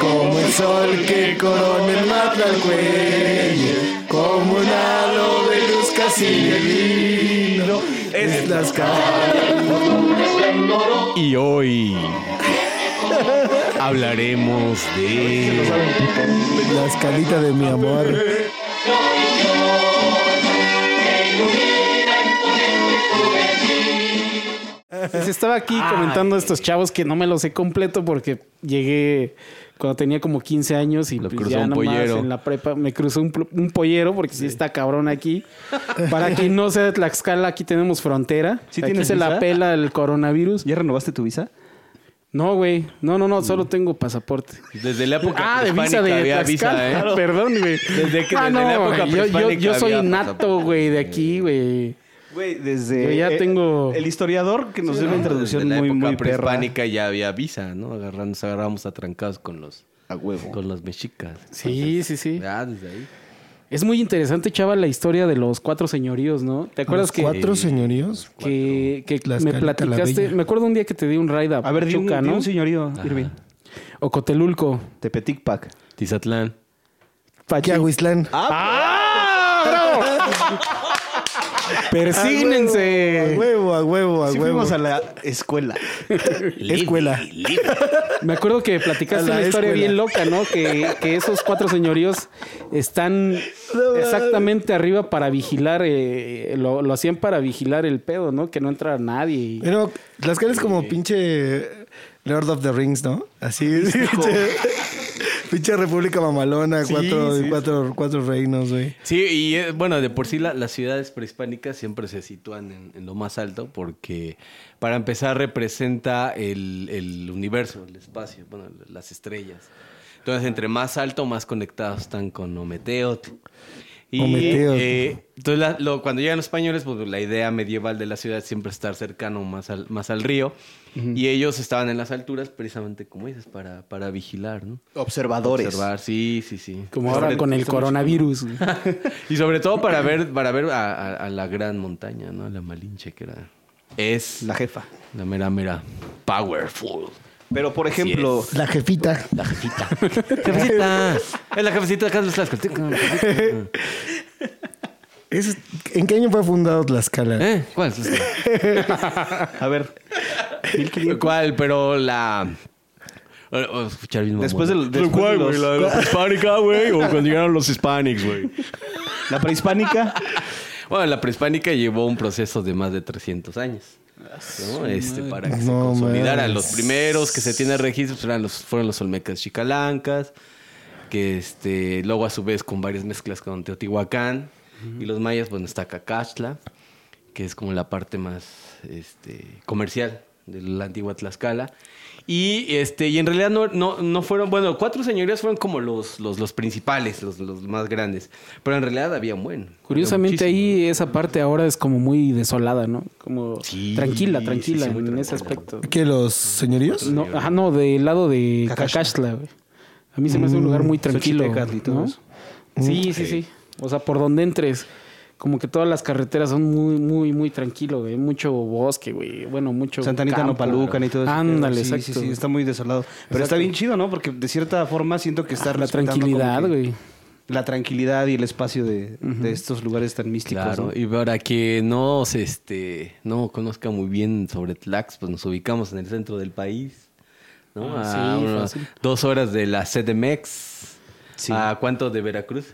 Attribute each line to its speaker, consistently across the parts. Speaker 1: Como el sol que corona el mapa al cuello, como un halo de luz casi divino, es la escala.
Speaker 2: Y hoy hablaremos de
Speaker 1: La escalita de mi amor.
Speaker 3: Pues estaba aquí
Speaker 2: Ah,
Speaker 3: comentando a estos chavos que no me lo sé completo porque llegué cuando tenía como 15 años y
Speaker 2: Lo
Speaker 3: pues
Speaker 2: cruzó
Speaker 3: ya
Speaker 2: un
Speaker 3: nomás
Speaker 2: pollero.
Speaker 3: en la prepa me cruzó un, pl- un pollero porque sí. está cabrón aquí. Para quien no sea de Tlaxcala, aquí tenemos frontera.
Speaker 4: ¿Sí
Speaker 3: aquí
Speaker 4: tienes
Speaker 3: se la
Speaker 4: visa?
Speaker 3: pela el coronavirus.
Speaker 4: ¿Ya renovaste tu visa?
Speaker 3: No, güey. No, no, no, solo tengo pasaporte.
Speaker 2: desde la Mm. época
Speaker 3: Ah, de
Speaker 2: prehispánica
Speaker 3: visa de
Speaker 2: había
Speaker 3: Tlaxcala.
Speaker 2: visa, ¿eh?
Speaker 3: Perdón, güey.
Speaker 2: Desde que- desde
Speaker 3: Ah, no,
Speaker 2: la época
Speaker 3: güey, yo, yo,
Speaker 2: prehispánica
Speaker 3: yo soy
Speaker 2: había
Speaker 3: nato,
Speaker 2: pasaporte.
Speaker 3: güey, de aquí, güey.
Speaker 4: Güey, desde.
Speaker 3: Yo ya
Speaker 4: eh,
Speaker 3: tengo-
Speaker 4: El historiador que nos dio una introducción
Speaker 2: Desde la
Speaker 4: muy,
Speaker 2: época
Speaker 4: muy perra.
Speaker 2: prehispánica ya había visa, ¿no? Agarran- Nos agarramos a trancados con los,
Speaker 4: A huevo.
Speaker 2: con los mexicas.
Speaker 3: Sí, sí, sí.
Speaker 2: Ah, desde ahí.
Speaker 3: Es muy interesante, chava, la historia de los cuatro señoríos, ¿no? ¿Te acuerdas
Speaker 1: ¿Los
Speaker 3: que,
Speaker 1: cuatro señoríos?
Speaker 3: que, que me
Speaker 1: Tlaxcalita, la
Speaker 3: platicaste?
Speaker 1: Bella.
Speaker 3: Me acuerdo un día que te di un ride a,
Speaker 4: A ver, di un,
Speaker 3: Pachuca,
Speaker 4: di
Speaker 3: ¿no?
Speaker 4: un señorío, Irving.
Speaker 3: Ocotelulco.
Speaker 4: Tepetic Pac.
Speaker 2: Tizatlán.
Speaker 1: Quiahuislán. A
Speaker 3: ¡Persígnense!
Speaker 1: huevo, a huevo, a
Speaker 4: Sí
Speaker 1: huevo.
Speaker 4: fuimos a la escuela.
Speaker 1: Escuela.
Speaker 3: Me acuerdo que platicaste
Speaker 1: A la
Speaker 3: una historia
Speaker 1: escuela.
Speaker 3: bien loca, ¿no? Que, que esos cuatro señoríos están exactamente arriba para vigilar, eh, lo, lo hacían para vigilar el pedo, ¿no? Que no entra nadie. y-
Speaker 1: Pero las caras como pinche Lord of the Rings, ¿no? Así pinche, pinche República Mamalona, cuatro, cuatro, cuatro reinos, güey.
Speaker 2: Sí, y eh, bueno, de por sí la- las ciudades prehispánicas siempre se sitúan en, en lo más alto porque, para empezar, representa el, el universo, el espacio, bueno, las estrellas. Entonces, entre más alto, más conectados están con Ometeot. Y,
Speaker 1: Ometeot.
Speaker 2: eh, entonces, la- lo- cuando llegan los españoles, pues la idea medieval de la ciudad es siempre estar cercano más al, más al río. Y ellos estaban en las alturas precisamente, como dices, para, para vigilar, ¿no?
Speaker 4: Observadores.
Speaker 2: Observar, sí, sí, sí.
Speaker 3: Como ahora
Speaker 2: Sobre-
Speaker 3: con el
Speaker 2: sobre-
Speaker 3: coronavirus.
Speaker 2: y sobre todo para ver, para ver a, a- a la gran montaña, ¿no? A la Malinche, que era. Es
Speaker 4: La
Speaker 2: la,
Speaker 4: jefa.
Speaker 2: mera, mera. Powerful.
Speaker 4: Pero, por
Speaker 2: Así
Speaker 4: ejemplo,
Speaker 2: es.
Speaker 1: La jefita.
Speaker 2: La jefita. jefecita. Es la jefecita de Carlos Tlaxcala.
Speaker 1: Es- ¿En qué año fue fundado Tlaxcala?
Speaker 2: ¿Eh? ¿Cuál?
Speaker 4: a ver. 1500.
Speaker 2: ¿Cuál? Pero la. o- o escuchar el mismo
Speaker 4: Después
Speaker 2: amor.
Speaker 4: del- después
Speaker 2: ¿Cuál,
Speaker 4: de
Speaker 2: güey?
Speaker 4: los-
Speaker 2: ¿La de la prehispánica, güey? ¿O cuando llegaron los hispanics, güey?
Speaker 4: La prehispánica.
Speaker 2: Bueno, la prehispánica llevó un proceso de más de 300 años.
Speaker 3: Ah,
Speaker 2: ¿no? Este, para que se
Speaker 1: No
Speaker 2: consolidaran.
Speaker 1: mames.
Speaker 2: Los primeros que se tienen registros eran los, fueron los Olmecas Chicalancas, que este, luego a su vez con varias mezclas con Teotihuacán. Y los mayas, bueno, está Cacaxtla, que es como la parte más este, comercial de la antigua Tlaxcala. Y, este, y en realidad no, no, no fueron, bueno, cuatro señorías fueron como los, los, los principales, los, los más grandes. Pero en realidad había un buen. había
Speaker 3: Curiosamente
Speaker 2: muchísimo.
Speaker 3: ahí esa parte ahora es como muy desolada, ¿no? Como
Speaker 2: Sí,
Speaker 3: tranquila,
Speaker 2: sí,
Speaker 3: tranquila
Speaker 2: sí, muy
Speaker 3: en ese
Speaker 2: tranquila.
Speaker 3: aspecto.
Speaker 1: ¿Qué, los señoríos?
Speaker 3: No, ajá, no, del lado de
Speaker 4: Cacaxtla.
Speaker 3: Cacaxtla, güey. A mí se me hace un lugar muy tranquilo.
Speaker 4: Xochitecatl Mm, y todo
Speaker 3: ¿no?
Speaker 4: eso.
Speaker 3: Sí, sí, sí. O sea, por donde entres, como que todas las carreteras son muy, muy, muy tranquilo, güey. Mucho bosque, güey. Bueno, mucho.
Speaker 4: Santanita
Speaker 3: campo.
Speaker 4: Nopalucan y todo eso.
Speaker 3: Ándale,
Speaker 4: sí,
Speaker 3: exacto.
Speaker 4: Sí, sí, está muy desolado. Pero está
Speaker 3: Exacto. Ah,
Speaker 4: bien chido, ¿no? Porque de cierta forma siento que está
Speaker 3: La
Speaker 4: respetando como
Speaker 3: tranquilidad,
Speaker 4: que
Speaker 3: güey.
Speaker 4: La tranquilidad y el espacio de, de estos lugares tan místicos.
Speaker 2: Claro,
Speaker 4: ¿no?
Speaker 2: y para que no se, este, no conozca muy bien sobre Tlax, pues nos ubicamos en el centro del país, ¿no?
Speaker 3: Ah,
Speaker 2: a
Speaker 3: sí,
Speaker 2: unas
Speaker 3: fácil.
Speaker 2: dos horas de la CDMX.
Speaker 4: Sí.
Speaker 2: ¿A cuánto de Veracruz?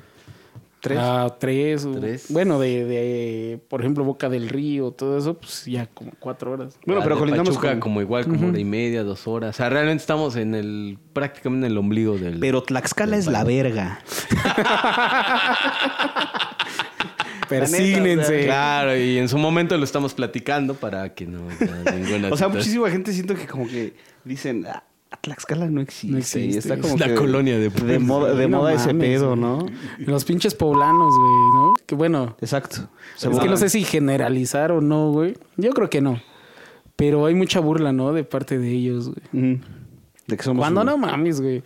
Speaker 4: Tres.
Speaker 3: Ah, tres. o-
Speaker 2: Tres.
Speaker 3: Bueno, de, de, por ejemplo, Boca del Río, todo eso, pues ya como cuatro horas.
Speaker 4: Bueno,
Speaker 2: Ah,
Speaker 4: pero
Speaker 2: de
Speaker 4: colindamos
Speaker 2: Pachuca
Speaker 4: con-
Speaker 2: como igual, como hora y media, dos horas. O sea, realmente estamos en el, prácticamente en el ombligo del...
Speaker 4: Pero Tlaxcala es la verga. eh,
Speaker 3: Persígnense.
Speaker 2: Claro, y en su momento lo estamos platicando para que no haya ninguna
Speaker 4: O sea,
Speaker 2: situación.
Speaker 4: muchísima gente siento que como que dicen, "Ah, Tlaxcala no existe.
Speaker 3: No existe.
Speaker 4: Y está como
Speaker 2: Es la
Speaker 4: que
Speaker 2: colonia de-
Speaker 4: de moda, de
Speaker 3: No
Speaker 4: moda ese
Speaker 3: mames,
Speaker 4: pedo,
Speaker 3: güey.
Speaker 4: ¿no?
Speaker 3: Los pinches poblanos, güey, ¿no? Que bueno.
Speaker 4: Exacto. Se
Speaker 3: es que no
Speaker 4: burlan.
Speaker 3: sé si generalizar o no, güey. Yo creo que no. Pero hay mucha burla, ¿no? De parte de ellos, güey.
Speaker 4: Ujú. De que somos
Speaker 3: Cuando
Speaker 4: un-
Speaker 3: no mames, güey.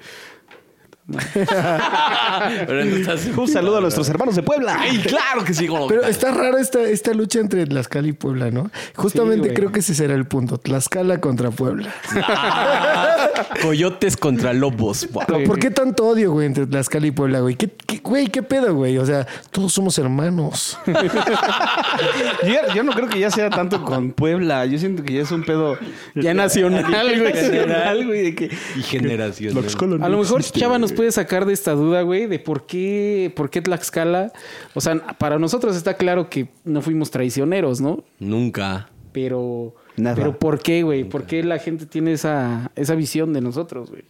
Speaker 2: Pero no estás-
Speaker 4: Un saludo a nuestros hermanos de Puebla.
Speaker 2: ¡Ay, claro que sí, Golocan!
Speaker 1: Pero está rara esta, esta lucha entre Tlaxcala y Puebla, ¿no? Justamente
Speaker 3: güey.
Speaker 1: creo que ese será el punto. Tlaxcala contra Puebla.
Speaker 2: Ah, coyotes contra lobos. Buah.
Speaker 1: Pero, ¿Por qué tanto odio, güey, entre Tlaxcala y Puebla, güey? ¿Qué, qué- güey, qué pedo, güey? O sea, todos somos hermanos.
Speaker 4: Yo, ya- yo no creo que ya sea tanto con Puebla. Yo siento que ya es un pedo.
Speaker 3: Ya nacional, güey.
Speaker 4: General, güey, de que.
Speaker 2: Y generación. ¿no?
Speaker 4: Pues
Speaker 3: A lo mejor Chava nos puede sacar de esta duda, güey, de por qué, por qué Tlaxcala. O sea, para nosotros está claro que no fuimos traicioneros, ¿no?
Speaker 2: Nunca.
Speaker 3: Pero,
Speaker 4: Nada.
Speaker 3: pero ¿por qué, güey? ¿Por qué la gente tiene esa, esa visión de nosotros, güey?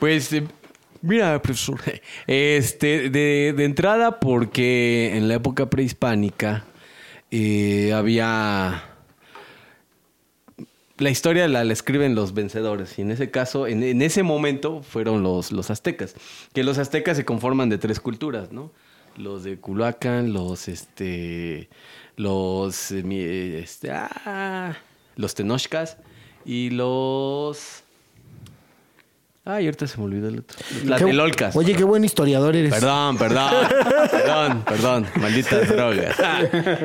Speaker 2: Pues, eh, mira, profesor. Este, de, de entrada, porque en la época prehispánica eh, había. La historia la, la escriben los vencedores. Y en ese caso, en, en ese momento, fueron los, los aztecas. Que los aztecas se conforman de tres culturas, ¿no? Los de Culhuacán, los este. Los. eh, mi- eh, este, ah, los Tenochcas y los. Ay, ahorita se me olvidó el otro. Los
Speaker 1: Qué-
Speaker 2: Tlatelolcas.
Speaker 1: Oye, qué buen historiador eres.
Speaker 2: Perdón, perdón, perdón, perdón, malditas drogas.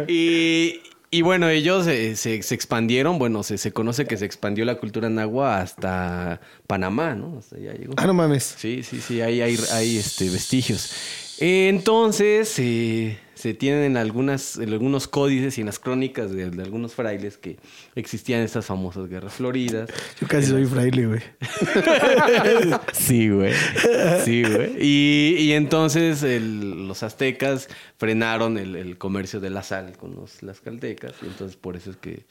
Speaker 2: Y, y bueno, ellos eh, se, se expandieron, bueno, se, se conoce que se expandió la cultura nahua hasta Panamá, ¿no? Hasta allá llegó.
Speaker 1: Ah, no mames.
Speaker 2: Sí, sí, sí, hay, hay, hay, este, vestigios. Entonces, eh, se tienen algunas, en algunos códices y en las crónicas de, de algunos frailes que existían estas famosas guerras floridas.
Speaker 1: Yo casi soy fraile, güey.
Speaker 2: Sí, güey. Sí, güey. Y, y entonces el- los aztecas frenaron el, el comercio de la sal con los, las caltecas. Y entonces por eso es que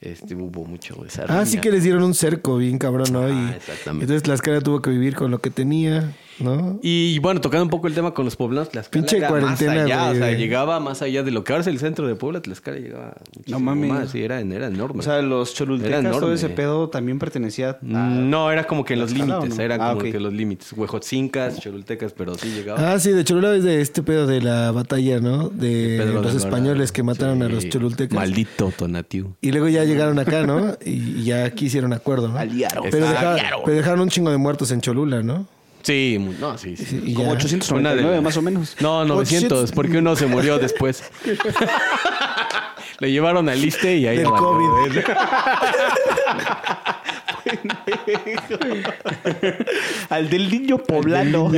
Speaker 2: este, hubo mucho esa
Speaker 1: Ah, sí
Speaker 2: riña.
Speaker 1: que les dieron un cerco bien cabrón, ¿no? Y
Speaker 2: Ah, exactamente.
Speaker 1: Entonces Tlaxcala tuvo que vivir con lo que tenía, ¿no?
Speaker 2: Y bueno, tocando un poco el tema con los poblanos, Tlaxcala
Speaker 1: Pinche
Speaker 2: era
Speaker 1: cuarentena,
Speaker 2: más allá,
Speaker 1: güey.
Speaker 2: o sea, llegaba más allá de lo que ahora es el centro de Puebla, Tlaxcala llegaba muchísimo
Speaker 4: mames.
Speaker 2: más, sí, era, era enorme.
Speaker 4: O sea, los cholultecas,
Speaker 2: Era
Speaker 4: todo
Speaker 2: enorme.
Speaker 4: ese pedo también pertenecía a.
Speaker 2: no, era como que en los
Speaker 4: ¿Tlaxcala o
Speaker 2: límites,
Speaker 4: no?
Speaker 2: eran
Speaker 4: Ah,
Speaker 2: como
Speaker 4: ok.
Speaker 2: que los límites, huejotzincas, cholultecas, pero sí llegaba.
Speaker 1: Ah, sí, de Cholula es de este pedo de la batalla, ¿no? De
Speaker 2: Pedro
Speaker 1: los
Speaker 2: de Alvarado.
Speaker 1: españoles que mataron a los
Speaker 2: Sí.
Speaker 1: cholultecas.
Speaker 2: Maldito Tonatiu.
Speaker 1: Y luego ya llegaron acá, ¿no? Y y ya aquí hicieron acuerdo, ¿no?
Speaker 4: Aliaron.
Speaker 1: Pero, deja-
Speaker 2: Aliaron.
Speaker 1: pero dejaron un chingo de muertos en Cholula, ¿no?
Speaker 2: Sí, mu- no, sí, sí.
Speaker 1: Y
Speaker 4: Como
Speaker 1: ya.
Speaker 4: 899 más o menos.
Speaker 2: No, 900,
Speaker 1: 800.
Speaker 2: porque uno se murió después. Le llevaron al ISTE y ahí...
Speaker 1: Del
Speaker 2: valió,
Speaker 1: COVID.
Speaker 2: ¿eh?
Speaker 4: Al del niño poblano.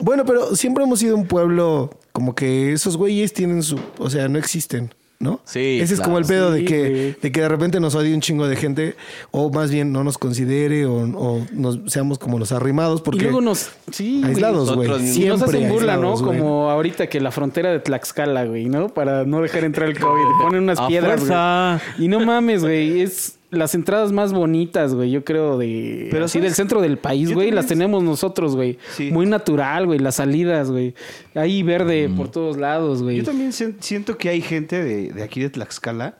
Speaker 1: Bueno, pero siempre hemos sido un pueblo como que esos güeyes tienen su... O sea, no existen, ¿no?
Speaker 2: Sí,
Speaker 1: Ese es como
Speaker 2: claro.
Speaker 1: el pedo de,
Speaker 3: Sí,
Speaker 1: que,
Speaker 3: güey.
Speaker 1: de que de repente nos odie un chingo de gente o más bien no nos considere o, o nos, seamos como los arrimados porque...
Speaker 3: Y luego nos. Sí, güey.
Speaker 1: Aislados, güey.
Speaker 2: nosotros
Speaker 1: Siempre
Speaker 3: Y nos hacen burla, ¿no?
Speaker 1: aislados, güey.
Speaker 3: Como ahorita que la frontera de Tlaxcala, güey, ¿no? Para no dejar entrar el COVID. Le Ponen unas
Speaker 2: A
Speaker 3: piedras,
Speaker 2: fuerza.
Speaker 3: güey. Y no mames, güey. Es las entradas más bonitas, güey, yo creo, de...
Speaker 4: Pero,
Speaker 3: Pero así del
Speaker 4: ¿sabes?
Speaker 3: centro del país,
Speaker 4: Yo
Speaker 3: güey.
Speaker 4: también
Speaker 3: Las
Speaker 4: es-
Speaker 3: tenemos nosotros, güey.
Speaker 4: Sí.
Speaker 3: Muy natural, güey. Las salidas, güey. Ahí
Speaker 2: Mm.
Speaker 3: verde por todos lados, güey.
Speaker 4: Yo también sien- siento que hay gente de, de aquí de Tlaxcala,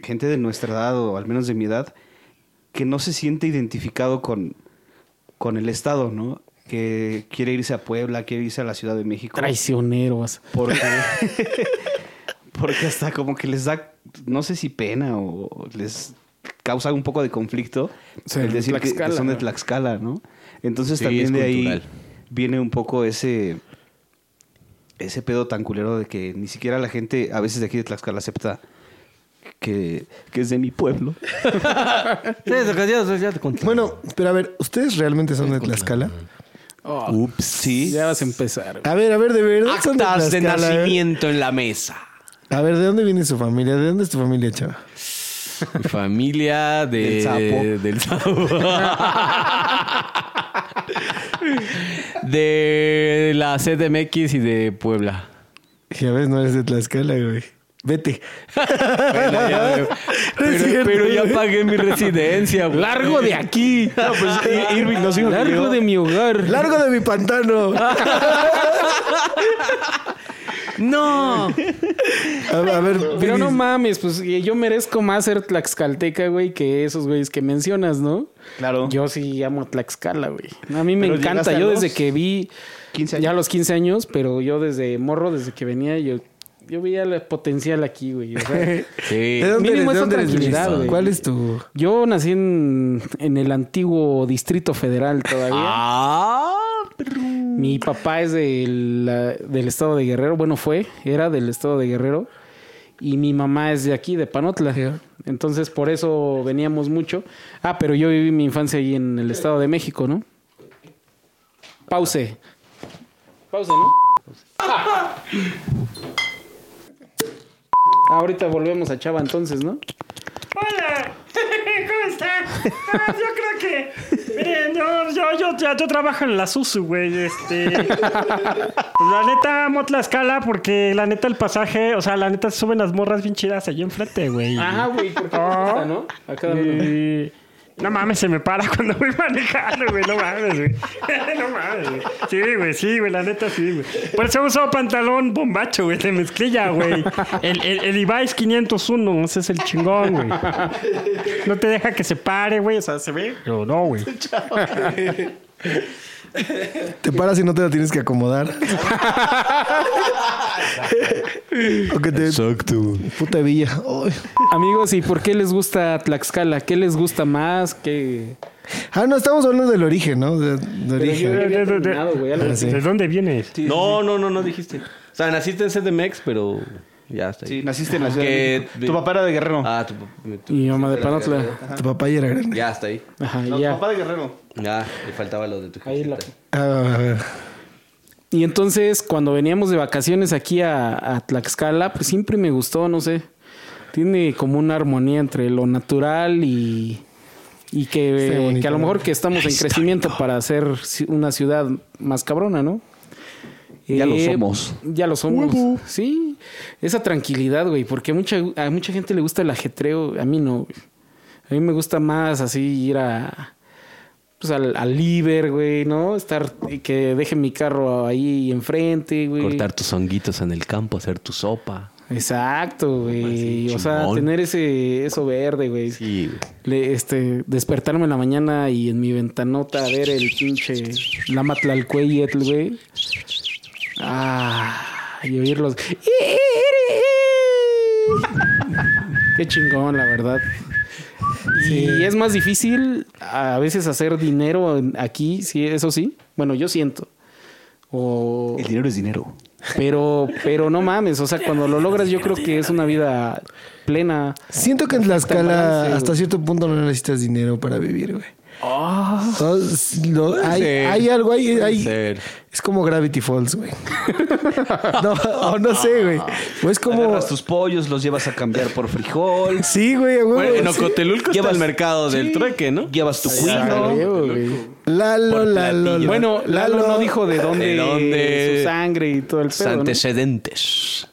Speaker 4: gente de nuestra edad o al menos de mi edad, que no se siente identificado con, con el Estado, ¿no? Que quiere irse a Puebla, quiere irse a la Ciudad de México.
Speaker 3: Traicioneros.
Speaker 4: Porque, porque hasta como que les da, no sé si pena o les causa un poco de conflicto
Speaker 3: Sí,
Speaker 4: el decir que, que
Speaker 3: Tlaxcala,
Speaker 4: son de
Speaker 3: ¿no?
Speaker 4: Tlaxcala, ¿no? Entonces
Speaker 2: Sí,
Speaker 4: también
Speaker 2: es
Speaker 4: de ahí
Speaker 2: cultural.
Speaker 4: viene un poco ese ese pedo tan culero de que ni siquiera la gente a veces de aquí de Tlaxcala acepta que, que es de mi pueblo.
Speaker 2: Sí, eso que ya- ya te conté.
Speaker 1: Bueno, pero a ver, ¿ustedes realmente son de Tlaxcala?
Speaker 2: Ups, sí.
Speaker 3: Oh, Ya vas a empezar,
Speaker 2: Ah,
Speaker 3: güey.
Speaker 1: A ver, a ver, de verdad son de
Speaker 2: Actas de
Speaker 1: Tlaxcala, eh?
Speaker 2: nacimiento en la mesa.
Speaker 1: A ver, ¿de dónde viene su familia? ¿De dónde es tu familia, chava?
Speaker 2: Mi familia de...
Speaker 4: Del sapo.
Speaker 2: Del sapo. de la CDMX y de Puebla.
Speaker 1: Ya ves, no eres de Tlaxcala, güey. Vete.
Speaker 2: Bueno, ya veo.
Speaker 1: No
Speaker 2: pero,
Speaker 1: es cierto,
Speaker 2: pero ya
Speaker 1: güey.
Speaker 2: pagué mi residencia. güey. pues,
Speaker 3: ¡Largo de aquí! ¡Largo de mi hogar!
Speaker 1: Largo de mi pantano. A,
Speaker 2: No.
Speaker 1: a ver,
Speaker 3: Pero no
Speaker 1: Vinis,
Speaker 3: mames, pues eh, yo merezco más ser tlaxcalteca, güey, que esos güeyes que mencionas, ¿no?
Speaker 4: Claro.
Speaker 3: Yo sí amo Tlaxcala, güey. A mí me
Speaker 4: Pero
Speaker 3: encanta.
Speaker 4: llegaste a
Speaker 3: Yo
Speaker 4: los
Speaker 3: desde que vi...
Speaker 4: 15 años.
Speaker 3: Ya a los 15 años, pero yo desde morro, desde que venía, yo, yo veía el potencial aquí, güey. o sea,
Speaker 2: Sí.
Speaker 1: ¿De dónde eres?
Speaker 3: Mínimo
Speaker 1: ¿De
Speaker 3: esa
Speaker 1: dónde eres,
Speaker 3: tranquilidad,
Speaker 1: Vinis?
Speaker 3: güey.
Speaker 1: ¿Cuál es tu...?
Speaker 3: yo nací en, en el antiguo Distrito Federal todavía.
Speaker 2: Ah.
Speaker 3: Mi papá es del, la- del estado de Guerrero, bueno, fue, era del estado de Guerrero. Y mi mamá es de aquí, de Panotla. Entonces, por eso veníamos mucho. Ah, pero yo viví mi infancia ahí en el estado de México, ¿no? Pause. Pause, ¿no? Ah, ahorita volvemos a Chava entonces, ¿no?
Speaker 5: Hola, ¿cómo está? Ah, yo creo que. Miren, yo, yo, yo, yo- yo trabajo en la SUSU, güey. Este. Pues, la neta, amo Tlaxcala porque la neta el pasaje, o sea, la neta se suben las morras bien chidas allí enfrente, güey.
Speaker 3: Ah, güey, porque está, ¿no? Acá dándole-
Speaker 5: Y- No mames, se me para cuando voy manejando, güey. No mames, güey. No mames, güey. Sí, güey, sí, güey, la neta sí, güey. Por eso uso pantalón bombacho, güey, de mezclilla, güey. El, el, el Levi's 501, ese es el chingón, güey. No te deja que se pare, güey. O sea, se ve. Pero no, güey.
Speaker 1: Te paras y no te la tienes que acomodar. o que te... Exacto. Puta villa. Ay.
Speaker 3: Amigos, ¿y por qué les gusta Tlaxcala? ¿Qué les gusta más? ¿Qué?
Speaker 1: Ah, no, estamos hablando del origen, ¿no? De, de origen.
Speaker 3: yo- había terminado, güey, algo
Speaker 5: ¿De
Speaker 1: así.
Speaker 5: de dónde vienes?
Speaker 2: No, no, no, no dijiste. O sea, naciste en CDMX, pero ya está. ahí.
Speaker 4: Sí, naciste en la ciudad.
Speaker 2: Ah, Que-
Speaker 4: de México. Tu papá era de Guerrero.
Speaker 2: Ah, tu, pap- tu-
Speaker 3: Y mamá de Panotla.
Speaker 1: Tu papá ya era grande.
Speaker 2: Ya está ahí.
Speaker 3: Ajá,
Speaker 4: No,
Speaker 3: ya.
Speaker 4: tu papá de Guerrero.
Speaker 2: Ya, le faltaba lo de tu
Speaker 3: Ahí la-
Speaker 2: jefecita.
Speaker 1: Ah, a ver.
Speaker 3: Y entonces, cuando veníamos de vacaciones aquí a, a Tlaxcala, pues siempre me gustó, no sé. Tiene como una armonía entre lo natural y, y
Speaker 1: Está
Speaker 3: que,
Speaker 1: bonito,
Speaker 3: que a lo
Speaker 1: ¿no?
Speaker 3: mejor que estamos en crecimiento para hacer ci- una ciudad más cabrona, ¿no? Eh,
Speaker 4: Ya lo somos.
Speaker 3: Ya lo somos. Sí. Esa tranquilidad, güey, porque mucha, a mucha gente le gusta el ajetreo, a mí no, güey. A mí me gusta más así ir a. Pues al, al Iber, güey, ¿no? Estar. eh, Que deje mi carro ahí enfrente, güey.
Speaker 2: Cortar tus honguitos en el campo, hacer tu sopa.
Speaker 3: Exacto, güey.
Speaker 2: Así,
Speaker 3: O sea,
Speaker 2: chingón.
Speaker 3: tener ese. Eso verde, güey.
Speaker 2: Sí, güey.
Speaker 3: Le- este, despertarme en la mañana y en mi ventanota ver el pinche Lamatlalcueyetl, güey. Ah, y oírlos. Qué chingón, la verdad. Y es más difícil a veces hacer dinero en- aquí, sí, eso sí. Bueno, yo siento. O,
Speaker 4: El dinero es dinero.
Speaker 3: pero, pero no mames, o sea, cuando lo logras, yo creo que es una vida plena.
Speaker 1: Siento que en
Speaker 3: Está en balance,
Speaker 1: Tlaxcala hasta
Speaker 3: güey.
Speaker 1: cierto punto no necesitas dinero para vivir, güey.
Speaker 3: Ah.
Speaker 1: Todos- lo- hay,
Speaker 2: ser.
Speaker 1: hay algo, hay, hay-
Speaker 2: ser.
Speaker 1: es como Gravity Falls, güey. no, o no sé, güey. O es como...
Speaker 4: Agarras tus pollos, los llevas a cambiar por frijol.
Speaker 1: Sí, güey, güey.
Speaker 2: Bueno, en
Speaker 1: sí.
Speaker 2: Ocotelulco está
Speaker 4: Llevas-
Speaker 2: el mercado del trueque, ¿no?
Speaker 4: Llevas tu
Speaker 3: Exacto,
Speaker 4: cuino.
Speaker 3: güey.
Speaker 1: Lalo, Lalo, Lalo.
Speaker 3: Bueno, Lalo, no dijo de dónde,
Speaker 2: De dónde-
Speaker 3: su sangre y todo el
Speaker 2: Sus
Speaker 3: pedo. ¿no?
Speaker 2: antecedentes.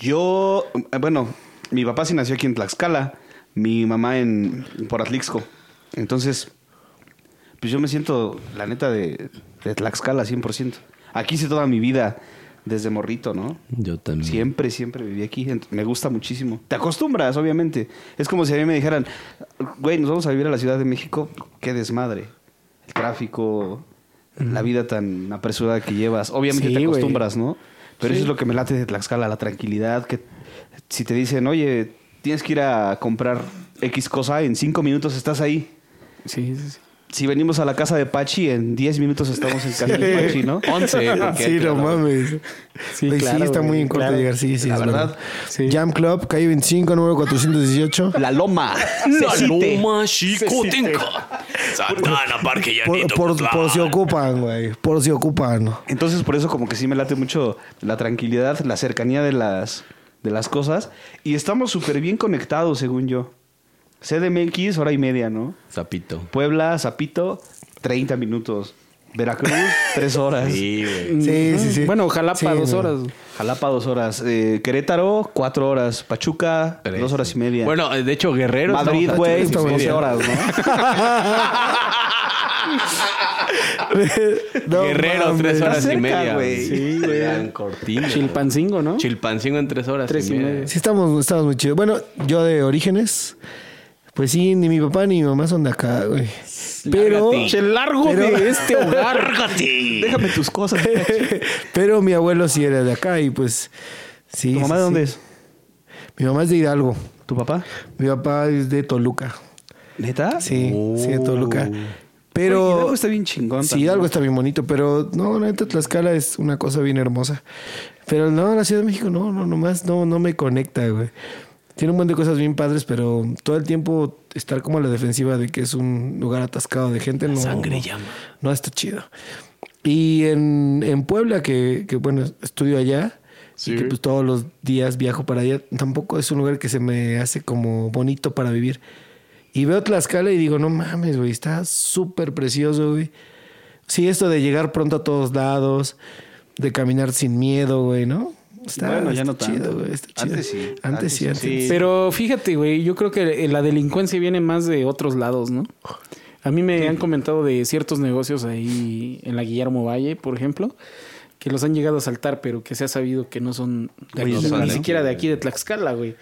Speaker 4: Yo, eh, bueno, mi papá sí nació aquí en Tlaxcala, mi mamá en por Atlixco. Entonces, pues yo me siento, la neta, de, de Tlaxcala 100%. Aquí hice toda mi vida desde morrito, ¿no?
Speaker 2: Yo también.
Speaker 4: Siempre, siempre viví aquí. Ent- Me gusta muchísimo. Te acostumbras, obviamente. Es como si a mí me dijeran, güey, nos vamos a vivir a la Ciudad de México. Qué desmadre. El tráfico, la vida tan apresurada que llevas. Obviamente
Speaker 3: Sí,
Speaker 4: te
Speaker 3: güey.
Speaker 4: acostumbras, ¿no? Pero eso es lo que me late de Tlaxcala, la tranquilidad. Que si te dicen, oye, tienes que ir a comprar X cosa, en cinco minutos estás ahí.
Speaker 3: Sí, sí, sí.
Speaker 4: Si venimos a la casa de Pachi, en 10 minutos estamos en casa de Pachi, ¿no?
Speaker 2: 11.
Speaker 1: Sí, no mames.
Speaker 3: Sí,
Speaker 1: Sí, sí,
Speaker 3: claro,
Speaker 1: está
Speaker 3: güey,
Speaker 1: muy en corto
Speaker 3: claro.
Speaker 1: llegar. Sí, sí,
Speaker 4: La
Speaker 1: es
Speaker 4: verdad,
Speaker 1: verdad.
Speaker 3: sí.
Speaker 1: Jam Club, calle 25, número 418.
Speaker 4: La Loma. Cecite.
Speaker 2: Loma Chicotenca.
Speaker 6: Santana, Parque
Speaker 1: Por,
Speaker 6: Llanito.
Speaker 1: por, por si ocupan, güey. Por si ocupan.
Speaker 4: Entonces, por eso como que sí me late mucho la tranquilidad, la cercanía de las, de las cosas. Y estamos súper bien conectados, según yo. CDMX, hora y media, ¿no?
Speaker 2: Zapito.
Speaker 4: Puebla, Zapito, 30 minutos. Veracruz, 3 horas. Mm,
Speaker 2: Sí, güey.
Speaker 1: Sí, sí, sí.
Speaker 3: Bueno, ojalá para
Speaker 1: Sí,
Speaker 3: dos
Speaker 1: no.
Speaker 3: horas.
Speaker 4: Jalapa, 2 horas. Eh, Querétaro, 4 horas. Pachuca, 2 horas y media.
Speaker 2: Bueno, eh, de hecho, Guerrero.
Speaker 4: Madrid,
Speaker 2: estamos a
Speaker 4: güey,
Speaker 2: tres y
Speaker 4: 12
Speaker 2: media.
Speaker 4: horas, ¿no?
Speaker 1: No
Speaker 2: Guerrero,
Speaker 1: mames.
Speaker 2: tres horas
Speaker 4: Está
Speaker 2: y
Speaker 4: cerca,
Speaker 2: media.
Speaker 4: güey.
Speaker 2: Sí, güey. Gran cortina.
Speaker 3: Chilpancingo, ¿no?
Speaker 2: Chilpancingo en tres horas.
Speaker 3: Tres y media.
Speaker 1: Sí, estamos, estamos muy chidos. Bueno, yo de orígenes. Pues sí, ni mi papá ni mi mamá son de acá, güey. Pero,
Speaker 3: Che, largo
Speaker 1: Pero-
Speaker 3: de este hogar.
Speaker 4: Déjame tus cosas.
Speaker 1: pero mi abuelo sí era de acá y pues. Sí,
Speaker 4: ¿Tu mamá
Speaker 1: sí,
Speaker 4: de dónde
Speaker 1: sí.
Speaker 4: es?
Speaker 1: Mi mamá es de Hidalgo.
Speaker 4: ¿Tu papá?
Speaker 1: Mi papá es de Toluca.
Speaker 4: ¿Neta?
Speaker 1: Oh. Sí, sí, de Toluca.
Speaker 4: Pero.
Speaker 1: Pero.
Speaker 4: está bien chingón.
Speaker 1: Sí,
Speaker 4: también.
Speaker 1: algo está bien bonito, pero no, la neta Tlaxcala es una cosa bien hermosa. Pero no, la Ciudad de México no, no, nomás no, no me conecta, güey. Tiene un montón de cosas bien padres, pero todo el tiempo estar como a la defensiva de que es un lugar atascado de gente no.
Speaker 2: sangre
Speaker 1: no,
Speaker 2: llama.
Speaker 1: No está chido. Y en, en Puebla, que, que, bueno, estudio allá.
Speaker 6: Sí.
Speaker 1: Y que pues todos los días viajo para allá. Tampoco es un lugar que se me hace como bonito para vivir. Y veo Tlaxcala y digo, no mames, güey, está súper precioso, güey. Sí, esto de llegar pronto a todos lados, de caminar sin miedo, güey, ¿no? Está,
Speaker 4: Bueno, ya
Speaker 1: está
Speaker 4: no tanto.
Speaker 1: chido, güey. Está chido.
Speaker 4: Antes sí,
Speaker 1: Antes, sí,
Speaker 4: antes
Speaker 1: antes.
Speaker 4: sí.
Speaker 3: Pero fíjate, güey, yo creo que eh, la delincuencia viene más de otros lados, ¿no? A mí me han comentado de ciertos negocios ahí en la Guillermo Valle, por ejemplo, que los han llegado a saltar, pero que se ha sabido que no son de
Speaker 2: Güey,
Speaker 3: aquí,
Speaker 2: no son
Speaker 3: ni
Speaker 2: de
Speaker 3: siquiera
Speaker 2: aquí,
Speaker 3: de
Speaker 2: güey.
Speaker 3: aquí de Tlaxcala, güey.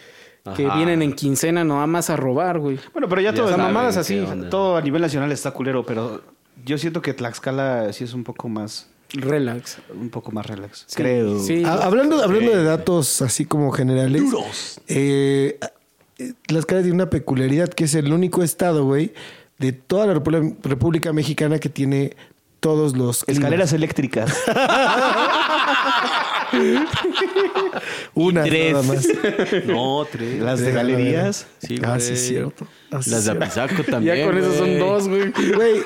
Speaker 3: Que
Speaker 2: Ajá.
Speaker 3: vienen en quincena nomás a robar, güey.
Speaker 4: Bueno, pero ya,
Speaker 2: Ya
Speaker 4: todo.
Speaker 2: saben
Speaker 4: mamadas
Speaker 2: qué
Speaker 4: así.
Speaker 2: onda.
Speaker 4: Todo a nivel nacional está culero, pero yo siento que Tlaxcala sí es un poco más.
Speaker 3: Relax.
Speaker 4: Un poco más relax.
Speaker 3: Sí, Sí.
Speaker 2: Ah,
Speaker 1: Ha- Ah, hablando, hablando de datos así como generales. eh, eh, Tlaxcala tiene una peculiaridad que es el único estado, güey, de toda la República, República Mexicana que tiene todos los climas.
Speaker 4: Escaleras eléctricas.
Speaker 1: Una
Speaker 2: Tres.
Speaker 1: nada más.
Speaker 2: No, tres.
Speaker 4: Las de galerías.
Speaker 2: Sí,
Speaker 1: Ah,
Speaker 2: güey.
Speaker 1: sí, es cierto. Ah, sí,
Speaker 2: Las de
Speaker 1: es cierto.
Speaker 2: Apizaco también.
Speaker 3: ya con eso son
Speaker 2: güey.
Speaker 3: dos, güey.
Speaker 1: Güey,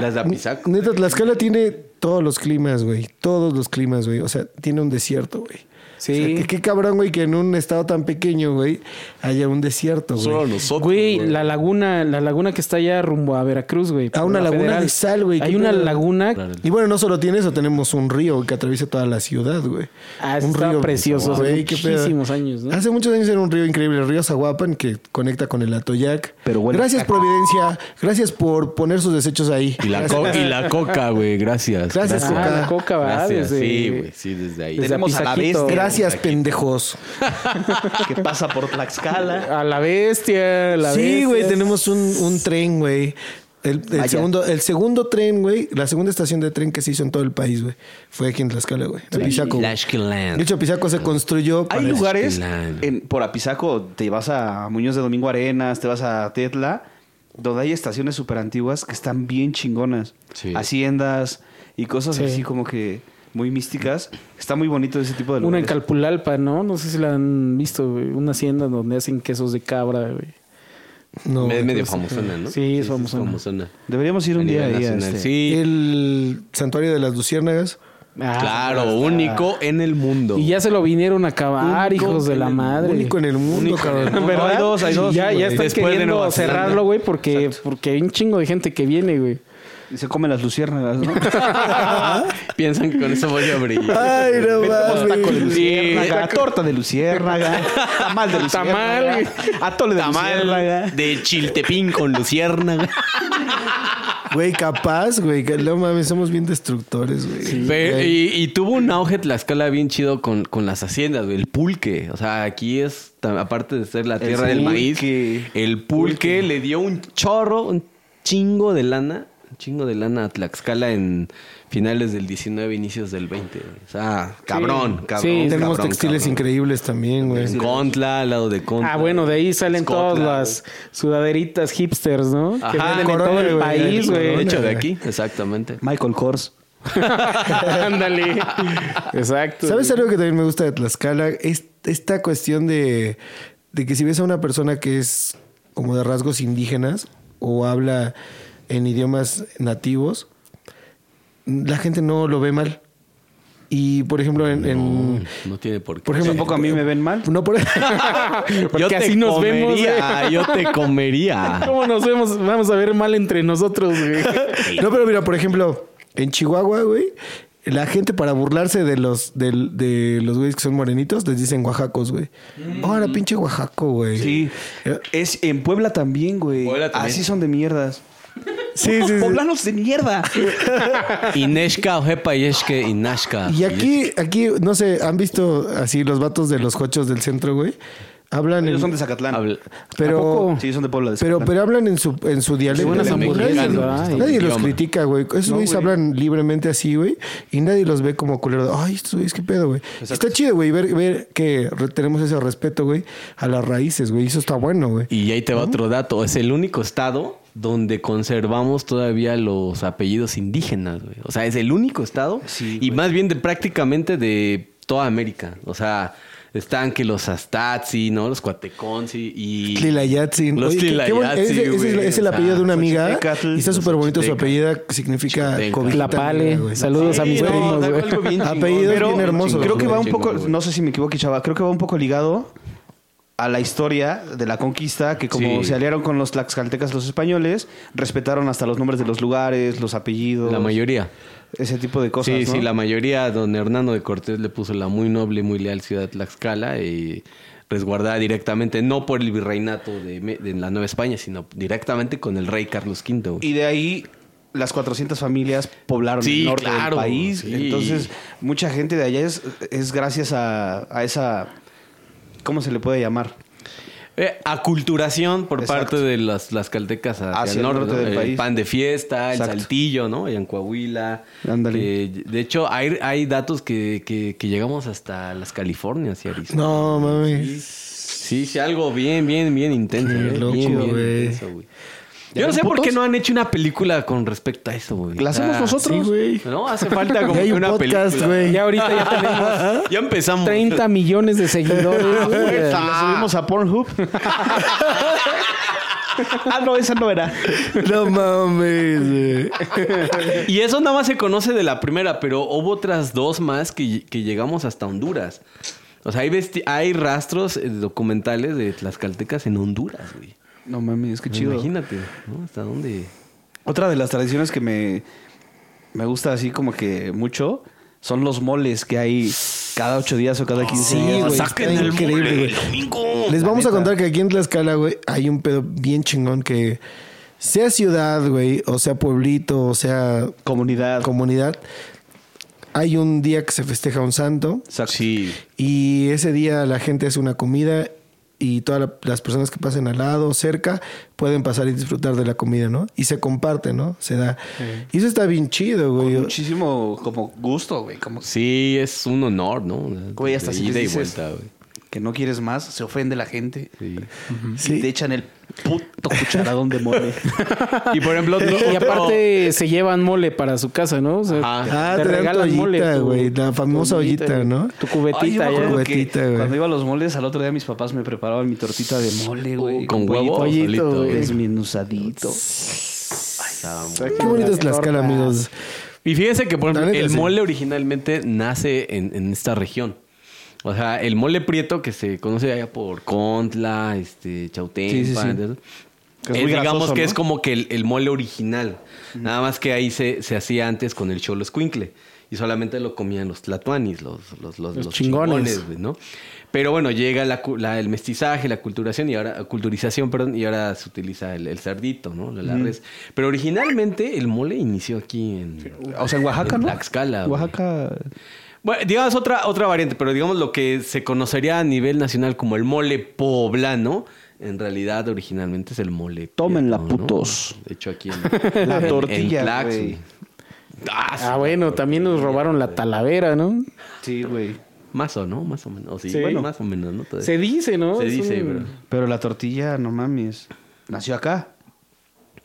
Speaker 2: Las de Apizaco.
Speaker 1: neta, Tlaxcala tiene todos los climas, güey. Todos los climas, güey. O sea, tiene un desierto, güey.
Speaker 3: Sí.
Speaker 1: O sea, qué, qué cabrón, güey, que en un estado tan pequeño, güey, haya un desierto,
Speaker 6: Solo
Speaker 1: güey.
Speaker 6: nosotros.
Speaker 3: Güey, la laguna, la laguna que está allá rumbo a Veracruz, güey.
Speaker 1: Ah, una
Speaker 3: por la
Speaker 1: laguna de sal, güey.
Speaker 3: Hay
Speaker 1: Qué
Speaker 3: una
Speaker 1: pedo.
Speaker 3: laguna.
Speaker 1: Y bueno, no solo tiene eso, tenemos un río que atraviesa toda la ciudad, güey.
Speaker 3: Ah,
Speaker 1: un
Speaker 3: está precioso, hace
Speaker 1: güey, qué pedo.
Speaker 3: muchísimos años, ¿no?
Speaker 1: Hace muchos años era un río increíble, el río Zaguapan, que conecta con el Atoyac.
Speaker 4: Pero huele
Speaker 1: Gracias,
Speaker 4: a caca.
Speaker 1: Providencia. Gracias por poner sus desechos ahí.
Speaker 2: Y la, co- y la coca, güey, gracias.
Speaker 1: Gracias,
Speaker 3: Ah, la
Speaker 1: Coca.
Speaker 3: coca, ¿verdad?
Speaker 2: Gracias,
Speaker 3: Desde-
Speaker 2: sí, güey, sí, desde ahí.
Speaker 3: desde
Speaker 4: Tenemos a la
Speaker 3: Apizaquito.
Speaker 4: bestia.
Speaker 1: Gracias, pendejos.
Speaker 4: que pasa por Tlaxcala.
Speaker 3: A la bestia, la
Speaker 1: Sí,
Speaker 3: bestia.
Speaker 1: güey, tenemos un, un tren, güey. El, el
Speaker 4: Vaya.
Speaker 1: segundo, el segundo tren, güey, la segunda estación de tren que se hizo en todo el país, güey, fue aquí en Tlaxcala, güey. en Apizaco, güey.
Speaker 2: Tlaxcalan.
Speaker 1: De hecho, Pisaco se construyó. para-
Speaker 4: Hay lugares
Speaker 2: Tlaxcala.
Speaker 4: en- por Apizaco, te vas a Muñoz de Domingo Arenas, te vas a Tetla, donde hay estaciones súper antiguas que están bien chingonas.
Speaker 2: Sí.
Speaker 4: Haciendas y cosas
Speaker 3: Sí.
Speaker 4: así como que muy místicas. Está muy bonito ese tipo de
Speaker 3: Una
Speaker 4: lugares.
Speaker 3: en Calpulalpa, ¿no? No sé si la han visto, güey. Una hacienda donde hacen quesos de cabra, güey.
Speaker 1: No,
Speaker 2: Es
Speaker 1: güey.
Speaker 2: medio famosona, ¿no?
Speaker 3: Sí, es famosona.
Speaker 4: Deberíamos ir
Speaker 2: A
Speaker 4: un día
Speaker 2: nivel
Speaker 4: ahí. a
Speaker 2: nacional.
Speaker 4: este-
Speaker 2: Sí,
Speaker 1: El santuario de las luciérnagas.
Speaker 3: Ah,
Speaker 2: claro, único en el mundo.
Speaker 3: Y ya se lo vinieron a acabar,
Speaker 2: Único
Speaker 3: hijos de la
Speaker 2: en el-
Speaker 3: madre.
Speaker 1: Único en el mundo, cabrón.
Speaker 3: ¿Verdad?
Speaker 4: hay dos, hay dos,
Speaker 3: Ya,
Speaker 4: güey.
Speaker 3: ya están
Speaker 2: Después de
Speaker 3: queriendo
Speaker 2: Nueva Zelanda.
Speaker 3: cerrarlo, güey, porque, porque hay un chingo de gente que viene, güey.
Speaker 4: Y se comen las luciérnagas, ¿no?
Speaker 2: Piensan que con eso voy a brillar.
Speaker 1: Ay, no
Speaker 4: Metemos taco de
Speaker 1: mames.
Speaker 4: luciérnaga, torta de luciérnaga, tamal de
Speaker 3: Tamal,
Speaker 4: luciérnaga, atole de luciérnaga.
Speaker 2: Tamal de chiltepín con luciérnaga.
Speaker 1: Güey, capaz, güey. que- No mames, somos bien destructores, güey.
Speaker 2: Pero-
Speaker 1: Güey.
Speaker 2: y, y tuvo un auge Tlaxcala bien chido con, con las haciendas, güey. El pulque. O sea, aquí es, ta- aparte de ser la tierra del maíz,
Speaker 4: pulque.
Speaker 2: el pulque, le dio un chorro, un chingo de lana, un chingo de lana a Tlaxcala en finales del 19, inicios del 20. güey. O sea, cabrón, cabrón.
Speaker 3: Sí,
Speaker 1: Tenemos
Speaker 2: cabrón,
Speaker 1: textiles
Speaker 2: cabrón.
Speaker 1: increíbles también, güey.
Speaker 2: En Contla, al lado de Contla.
Speaker 3: Ah, bueno, de ahí salen
Speaker 2: Scotland,
Speaker 3: todas las sudaderitas hipsters, ¿no? que
Speaker 2: Ajá,
Speaker 3: venden en todo
Speaker 1: corona,
Speaker 3: el
Speaker 1: güey,
Speaker 3: país,
Speaker 1: corona.
Speaker 2: De
Speaker 3: güey.
Speaker 2: hecho, de aquí, exactamente.
Speaker 4: Michael Kors.
Speaker 3: Ándale. Exacto.
Speaker 1: ¿Sabes algo que también me gusta de Tlaxcala? Es esta cuestión de, de que si ves a una persona que es como de rasgos indígenas o habla en idiomas nativos, la gente no lo ve mal. Y por ejemplo, en. en-
Speaker 2: No tiene por qué.
Speaker 1: por ejemplo,
Speaker 4: Tampoco a mí me ven mal.
Speaker 1: No por.
Speaker 3: Porque así nos vemos, güey.
Speaker 2: comería, Yo te comería.
Speaker 3: ¿Cómo nos vemos? Vamos a ver mal entre nosotros, güey.
Speaker 1: No, pero mira, por ejemplo, en Chihuahua, güey, la gente para burlarse de los del- de, los güeyes que son morenitos les dicen oaxacos, güey. Ahora pinche oaxaco, güey. Eh,
Speaker 4: Sí. Es en Puebla también, güey.
Speaker 2: Puebla también.
Speaker 4: Así son de mierdas.
Speaker 1: Sí, sí, sí.
Speaker 4: Poblanos de mierda.
Speaker 2: Ineshka, Ojepa, Yeshke, Inashka.
Speaker 1: Y aquí, aquí, no sé, ¿han visto así los vatos de los cochos del centro, güey? Hablan
Speaker 4: Ellos
Speaker 1: en-
Speaker 4: son de Zacatlán.
Speaker 2: Habla- Oh.
Speaker 1: pero,
Speaker 3: ¿A poco?
Speaker 4: Sí, son de Puebla. de
Speaker 1: pero,
Speaker 4: Zacatlán.
Speaker 1: pero hablan en su, en su dialecto.
Speaker 3: buenas
Speaker 1: güey.
Speaker 3: hamburguesas,
Speaker 1: Nadie-
Speaker 3: ¿verdad? Y-
Speaker 1: Nadie los
Speaker 2: idioma.
Speaker 1: critica, güey. Esos güeyes hablan libremente así, güey. Y nadie los ve como culero. de, Ay, estos güeyes, qué pedo, güey. Está chido, güey, ver, ver que re- tenemos ese respeto, güey, a las raíces, güey. Eso está bueno, güey.
Speaker 2: Y ahí te va otro dato. Es el único estado donde conservamos todavía los apellidos indígenas, güey. O sea, es el único estado. y más bien de prácticamente de toda América. O sea, están que los Astazi, ¿no? Los Cuateconsi y...
Speaker 1: Tlilayatzin.
Speaker 2: Los
Speaker 1: Oye, qué- qué buen-
Speaker 2: Tlilayatzin,
Speaker 1: ese- ese es,
Speaker 2: güey.
Speaker 1: es el
Speaker 2: O sea,
Speaker 1: apellido de una amiga.
Speaker 4: Xochicatl,
Speaker 1: Y está
Speaker 2: los
Speaker 1: súper bonito su
Speaker 2: Xochitecas.
Speaker 1: apellido. que Significa
Speaker 2: Xochitecas.
Speaker 1: cobijita
Speaker 3: Tlapale.
Speaker 1: negra, güey.
Speaker 3: Saludos a mis
Speaker 2: Sí, no,
Speaker 3: primos,
Speaker 2: da
Speaker 3: güey.
Speaker 2: algo bien chingón.
Speaker 1: Apellidos
Speaker 4: Pero
Speaker 1: bien hermosos.
Speaker 4: creo que
Speaker 1: güey.
Speaker 4: va un
Speaker 2: Chingón,
Speaker 4: poco,
Speaker 2: güey.
Speaker 4: no sé si me equivoqué, chava, creo que va un poco ligado a la historia de la conquista, que como
Speaker 2: Sí.
Speaker 4: se aliaron con los tlaxcaltecas los españoles, respetaron hasta los nombres de los lugares, los apellidos,
Speaker 2: La mayoría.
Speaker 4: ese tipo de cosas.
Speaker 2: sí,
Speaker 4: ¿no?
Speaker 2: sí, la mayoría. Don Hernando de Cortés le puso la muy noble y muy leal ciudad de Tlaxcala y resguardada directamente, no por el virreinato de, Me- de la Nueva España, sino directamente con el rey Carlos V. güey.
Speaker 4: Y de ahí las 400 familias poblaron
Speaker 2: Sí,
Speaker 4: el norte
Speaker 2: claro,
Speaker 4: del país.
Speaker 2: sí.
Speaker 4: Entonces, mucha gente de allá es, es gracias a, a esa... ¿Cómo se le puede llamar?
Speaker 2: Eh, aculturación por
Speaker 4: Exacto.
Speaker 2: parte de las, las caltecas hacia,
Speaker 4: Hacia
Speaker 2: el norte, del país. El pan de fiesta,
Speaker 4: Exacto.
Speaker 2: el saltillo, ¿no? Allá en Coahuila.
Speaker 4: Ándale.
Speaker 2: Eh, de hecho, hay, hay datos que, que- que llegamos hasta las Californias y Arizona.
Speaker 1: No, mami.
Speaker 2: Sí, sí, algo bien, bien, bien intenso.
Speaker 1: Qué
Speaker 2: ¿eh?
Speaker 1: loco,
Speaker 2: bien, bien
Speaker 1: güey.
Speaker 2: intenso, güey. Yo no sé por qué no han hecho una película con respecto a eso, güey.
Speaker 4: ¿La
Speaker 2: O sea,
Speaker 4: hacemos nosotros?
Speaker 1: Sí, güey.
Speaker 2: No, hace falta como
Speaker 1: Ya hay
Speaker 2: que
Speaker 1: un
Speaker 2: una
Speaker 1: podcast,
Speaker 2: película.
Speaker 1: güey.
Speaker 3: Ya ahorita ya tenemos
Speaker 2: Ya empezamos.
Speaker 3: 30 millones de seguidores. güey.
Speaker 2: Ah.
Speaker 4: La subimos a Pornhub. ah, no, esa no era.
Speaker 1: No mames, güey.
Speaker 2: Y eso nada más se conoce de la primera, pero hubo otras dos más que, que llegamos hasta Honduras. O sea, hay, vesti- hay rastros eh, documentales de Tlaxcaltecas en Honduras, güey.
Speaker 4: No mames, qué chido.
Speaker 2: Imagínate, ¿no? ¿Hasta dónde?
Speaker 4: Otra de las tradiciones que me, me gusta así como que mucho son los moles que hay cada ocho días o cada 15
Speaker 1: Sí,
Speaker 4: días.
Speaker 1: güey. está increíble, güey. Les vamos a contar que aquí en Tlaxcala, güey, hay un pedo bien chingón que sea ciudad, güey, o sea pueblito, o sea
Speaker 4: Comunidad.
Speaker 1: comunidad, hay un día que se festeja un santo
Speaker 2: Sí.
Speaker 1: y ese día la gente hace una comida y todas la- las personas que pasen al lado, cerca, pueden pasar y disfrutar de la comida, ¿no? Y se comparte, ¿no? Se da. Y eso está bien chido, güey.
Speaker 4: Muchísimo como gusto, güey. Como
Speaker 2: Sí, es un honor, ¿no?
Speaker 4: Güey, hasta
Speaker 2: De
Speaker 4: si les
Speaker 2: ida y
Speaker 4: dices-
Speaker 2: vuelta, güey.
Speaker 4: que no quieres más, se ofende la gente.
Speaker 2: Sí.
Speaker 1: Sí.
Speaker 4: Y te echan el puto cucharadón de mole.
Speaker 2: Y por ejemplo,
Speaker 3: Y aparte se llevan mole para su casa, ¿no? O sea,
Speaker 2: Ajá.
Speaker 1: Ah, te dan tu ollita,
Speaker 3: tu-
Speaker 1: güey, la famosa
Speaker 3: tu
Speaker 1: ollita, ¿no?
Speaker 3: Tu
Speaker 4: Ay, yo me
Speaker 3: cubetita,
Speaker 4: acuerdo
Speaker 3: ya.
Speaker 1: güey.
Speaker 4: que
Speaker 1: Cubetita, güey.
Speaker 4: Cuando iba a los moles, al otro día mis papás me preparaban mi tortita de mole, güey.
Speaker 2: con huevo o
Speaker 4: pollito,
Speaker 2: solito, güey.
Speaker 4: Desmenuzadito.
Speaker 1: Qué bonito es Tlaxcala, amigos.
Speaker 2: Y fíjense que, por ejemplo,
Speaker 1: La neta,
Speaker 2: el
Speaker 1: sí.
Speaker 2: mole originalmente nace en, en esta región. O sea, el mole prieto que se conoce allá por Contla, este, Chautempa,
Speaker 4: Sí, sí, sí.
Speaker 2: ¿entiendes?
Speaker 4: Que es
Speaker 2: Eh,
Speaker 4: muy
Speaker 2: digamos
Speaker 4: grasoso,
Speaker 2: que
Speaker 4: ¿no?
Speaker 2: es como que el, el mole original. Nada más que ahí se, se hacía antes con el cholo escuincle. Y solamente lo comían los tlatuanis, los, los, los,
Speaker 3: Los
Speaker 2: los
Speaker 3: chingones.
Speaker 2: chingones, güey, ¿no? Pero bueno, llega la cu- la- el mestizaje, la culturación y ahora, culturización, perdón, y ahora se utiliza el, el cerdito, ¿no? La, la res. Pero originalmente el mole inició aquí en,
Speaker 4: O sea, en Oaxaca,
Speaker 2: en
Speaker 4: ¿no?
Speaker 2: Tlaxcala, güey.
Speaker 4: Oaxaca.
Speaker 2: Bueno, digamos otra, otra variante, pero digamos lo que se conocería a nivel nacional como el mole poblano, en realidad originalmente es el mole.
Speaker 4: Tómenla,
Speaker 2: prieto, ¿no?
Speaker 4: putos.
Speaker 2: De hecho, aquí en
Speaker 4: La
Speaker 2: en- en
Speaker 4: tortilla,
Speaker 2: Tlax,
Speaker 4: güey.
Speaker 2: güey. Ah, sí.
Speaker 3: Ah, bueno, también nos robaron la talavera, ¿no?
Speaker 4: Sí, güey.
Speaker 2: Más o no, más o menos. O sí,
Speaker 3: Sí.
Speaker 2: bueno, más o menos, ¿no? Todavía.
Speaker 3: Se dice, ¿no?
Speaker 2: Se
Speaker 3: Es
Speaker 2: dice,
Speaker 3: un-
Speaker 2: pero.
Speaker 4: Pero la tortilla, no mames. Nació acá.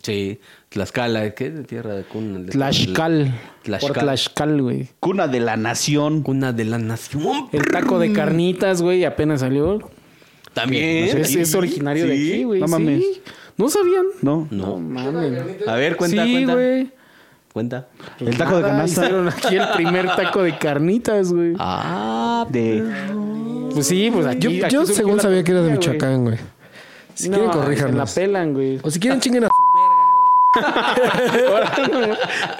Speaker 2: Sí, Tlaxcala, ¿qué? De tierra de cuna. de-
Speaker 3: Tlaxcal.
Speaker 2: Tlaxcal.
Speaker 3: Por Tlaxcal, güey.
Speaker 4: Cuna de la nación.
Speaker 2: Cuna de la nación.
Speaker 3: El taco de carnitas, güey, apenas salió.
Speaker 2: También.
Speaker 3: Es, es originario de
Speaker 2: ¿Eh? Sí.
Speaker 3: aquí, güey.
Speaker 4: No
Speaker 3: sí.
Speaker 4: mames.
Speaker 3: ¿No sabían?
Speaker 4: No.
Speaker 2: No.
Speaker 3: mames.
Speaker 2: A ver, cuenta,
Speaker 3: sí,
Speaker 2: cuenta.
Speaker 3: güey.
Speaker 2: Cuenta.
Speaker 4: El taco de
Speaker 3: Nada,
Speaker 4: canasta.
Speaker 3: Hicieron aquí el primer taco de carnitas, güey.
Speaker 2: Ah,
Speaker 4: De...
Speaker 3: Pues sí, pues aquí.
Speaker 1: Yo,
Speaker 3: aquí
Speaker 1: yo
Speaker 3: surgió
Speaker 1: según
Speaker 3: la
Speaker 1: sabía que era de
Speaker 3: tortilla, güey.
Speaker 1: Michoacán, güey. Si
Speaker 3: No,
Speaker 1: quieren,
Speaker 3: se La
Speaker 1: corríjanos.
Speaker 3: pelan, güey.
Speaker 1: O si quieren, chinguen a